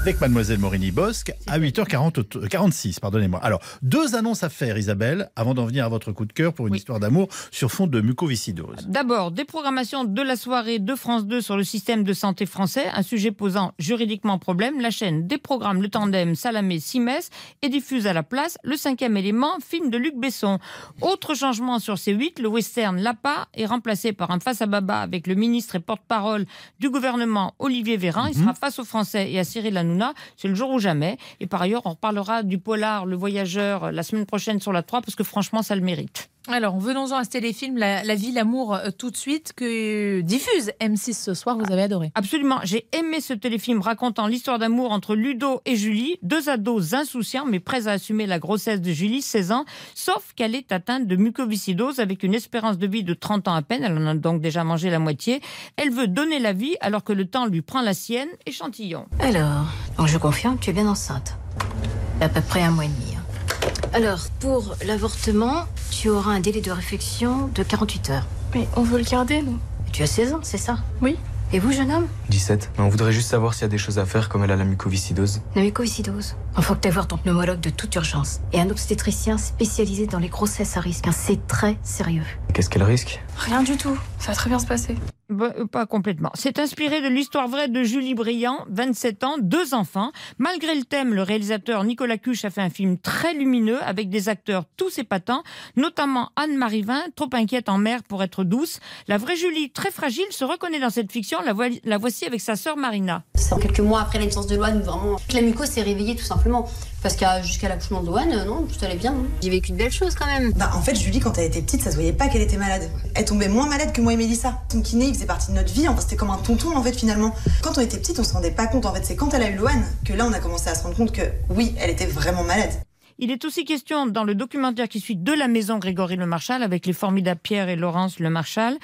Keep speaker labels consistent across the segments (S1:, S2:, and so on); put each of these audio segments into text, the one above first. S1: avec Mademoiselle Morini-Bosque à 8h46. euh, Pardonnez-moi. Alors, deux annonces à faire, Isabelle, avant d'en venir à votre coup de cœur pour une
S2: Oui. Ah
S1: histoire d'amour sur fond de mucoviscidose.
S2: D'abord, déprogrammation de la soirée de France 2 sur le système de santé français, un sujet posant juridiquement problème. La chaîne déprogramme le tandem Salamé-Simès et diffuse à la place le cinquième élément, film de Luc Besson. Autre changement sur C8, le western Lapa est remplacé par un face à baba avec le ministre et porte-parole du gouvernement Olivier Véran. Il sera face aux Français et à Cyril Hanouna. C'est le jour ou jamais. Et par ailleurs, on reparlera du polar, le voyageur, euh, la semaine prochaine sur la 3 parce que franchement, ça le mérite.
S3: Alors, venons-en à ce téléfilm, La, La vie, l'amour, euh, tout de suite, que diffuse M6 ce soir, vous avez adoré.
S2: Absolument. J'ai aimé ce téléfilm racontant l'histoire d'amour entre Ludo et Julie, deux ados insouciants mais prêts à assumer la grossesse de Julie, 16 ans, sauf qu'elle est atteinte de mucoviscidose avec une espérance de vie de 30 ans à peine. Elle en a donc déjà mangé la moitié. Elle veut donner la vie alors que le temps lui prend la sienne. Échantillon.
S4: Alors, donc je confirme, tu es bien enceinte. À peu près un mois et demi. hein. Alors, pour l'avortement, tu auras un délai de réflexion de 48 heures.
S5: Mais on veut le garder, nous.
S4: Tu as 16 ans, c'est ça
S5: Oui.
S4: Et vous, jeune homme
S6: 17. Mais on voudrait juste savoir s'il y a des choses à faire, comme elle a la mucoviscidose.
S4: La mucoviscidose. Il faut que tu voir ton pneumologue de toute urgence et un obstétricien spécialisé dans les grossesses à risque. hein. C'est très sérieux.
S6: Qu'est-ce qu'elle risque
S5: Rien du tout. Ça va très bien se passer.
S2: Bah, euh, pas complètement. C'est inspiré de l'histoire vraie de Julie Briand, 27 ans, deux enfants. Malgré le thème, le réalisateur Nicolas Cuche a fait un film très lumineux avec des acteurs tous épatants, notamment Anne-Marie Vin, trop inquiète en mer pour être douce. La vraie Julie, très fragile, se reconnaît dans cette fiction. La, voi- la voici avec sa sœur Marina.
S7: C'est quelques mois après la naissance de Loane, vraiment. La muco s'est réveillée tout simplement. Parce qu'à jusqu'à l'accouchement de Loane, euh, non, tout allait bien. hein. J'ai vécu de belles choses quand même.
S8: Bah, en fait, Julie, quand elle était petite, ça se voyait pas qu'elle était malade. Elle tombait moins malade que moi et Mélissa. Son kiné, il faisait partie de notre vie. Enfin, C'était comme un tonton, en fait, finalement. Quand on était petite, on se rendait pas compte. En fait, c'est quand elle a eu Loane que là, on a commencé à se rendre compte que, oui, elle était vraiment malade.
S2: Il est aussi question dans le documentaire qui suit de la maison Grégory Le Marchal avec les formidables Pierre et Laurence Le Marchal.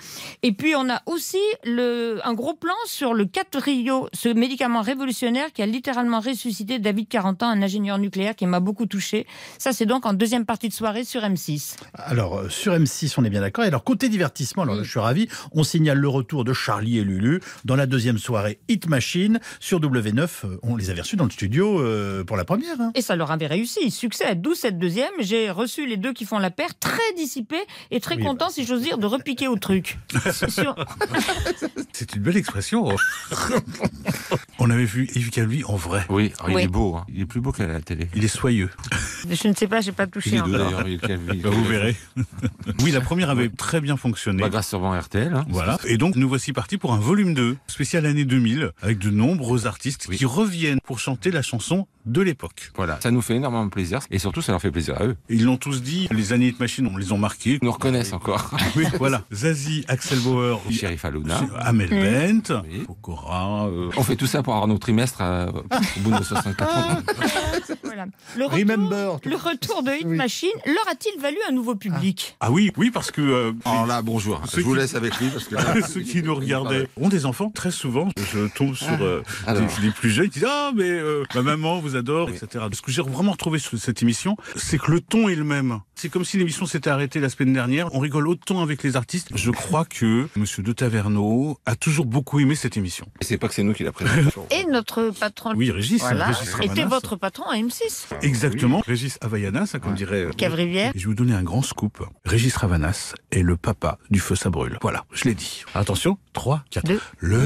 S2: Et puis on a aussi le, un gros plan sur le Catrio, ce médicament révolutionnaire qui a littéralement ressuscité David 40 ans, un ingénieur nucléaire qui m'a beaucoup touché. Ça c'est donc en deuxième partie de soirée sur M6.
S1: Alors, euh, sur M6, on est bien d'accord. Et alors, côté divertissement, alors là, je suis ravi, on signale le retour de Charlie et Lulu dans la deuxième soirée Hit Machine. Sur W9, euh, on les avait reçus dans le studio euh, pour la première. hein.
S2: Et ça leur avait réussi, succès. D'où cette deuxième, j'ai reçu les deux qui font la paire, très dissipés et très
S1: Oui,
S2: contents, si j'ose dire, de repiquer au truc. Sur-
S9: C'est une belle expression. On avait vu Yves Calvi en vrai.
S10: Oui, il
S2: Oui.
S10: est beau. hein. Il est plus beau qu'à la télé.
S9: Il est soyeux.
S2: je ne sais pas, j'ai pas
S10: Il
S2: touché.
S10: est
S2: encore.
S10: doux d'ailleurs, il est calvi.
S9: Bah, vous verrez. Oui, la première avait très bien fonctionné.
S10: Bah, grâce au vent RTL. hein.
S9: Voilà. Et donc, nous voici partis pour un volume 2, spécial année 2000, avec de nombreux artistes
S10: Oui.
S9: qui reviennent pour chanter la chanson de l'époque.
S10: Voilà, ça nous fait énormément plaisir et surtout ça leur fait plaisir à eux.
S9: Ils l'ont tous dit, les années de machine, on les ont marqués.
S10: Ils nous reconnaissent encore.
S9: Oui, voilà. Zazie, Axel Bauer,
S10: Sheriff Alouna.
S9: Amel Bent,
S10: Oui.
S9: Pokora, euh,
S10: On fait tout ça pour avoir nos trimestres euh, au bout de nos 64 ans.
S2: Voilà. Le retour-
S1: Remember.
S2: Le retour de Hit
S1: Oui.
S2: Machine leur a-t-il valu un nouveau public
S9: Ah oui, oui, parce que euh,
S10: Alors Oh là, bonjour.
S9: Ceux
S10: Je vous
S9: qui-
S10: laisse avec lui parce que
S9: ceux qui nous regardaient ont des enfants très souvent. Je tombe sur euh,
S10: Ah, Alors.
S9: des, des plus jeunes qui disent ah mais euh, ma maman vous adore, etc. Ce que j'ai vraiment retrouvé sur cette émission, c'est que le ton est le même. C'est comme si l'émission s'était arrêtée la semaine dernière. On rigole autant avec les artistes. Je crois que Monsieur de Taverneau a toujours beaucoup aimé cette émission.
S10: Et C'est pas que c'est nous qui la présentons.
S2: Et notre patron
S9: Oui, Ah, Régis.
S2: voilà,
S9: Régis
S2: était
S9: Ravanas.
S2: votre patron à M6,
S9: Exactement, Régis Havaianas, comme dirait. euh,
S2: Cavrivière.
S9: Et je vais vous donner un grand scoop. Régis Ravanas est le papa du feu ça brûle. Voilà, je l'ai dit. Attention, 3, 4.
S2: Deux.
S9: Le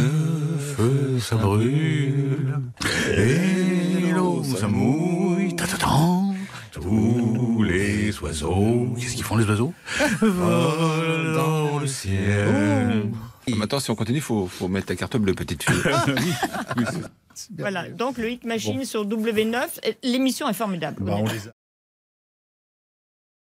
S9: feu ça brûle et l'eau ça mouille. Ta, ta, ta. Tous les oiseaux. Qu'est-ce qu'ils font les oiseaux Volent dans le ciel.
S10: Maintenant, si on continue, faut, faut mettre ta carte bleue, petite fille.
S9: Ah.
S2: Voilà, donc le Hit Machine sur W9. euh, L'émission est formidable.
S1: Bah, on les a-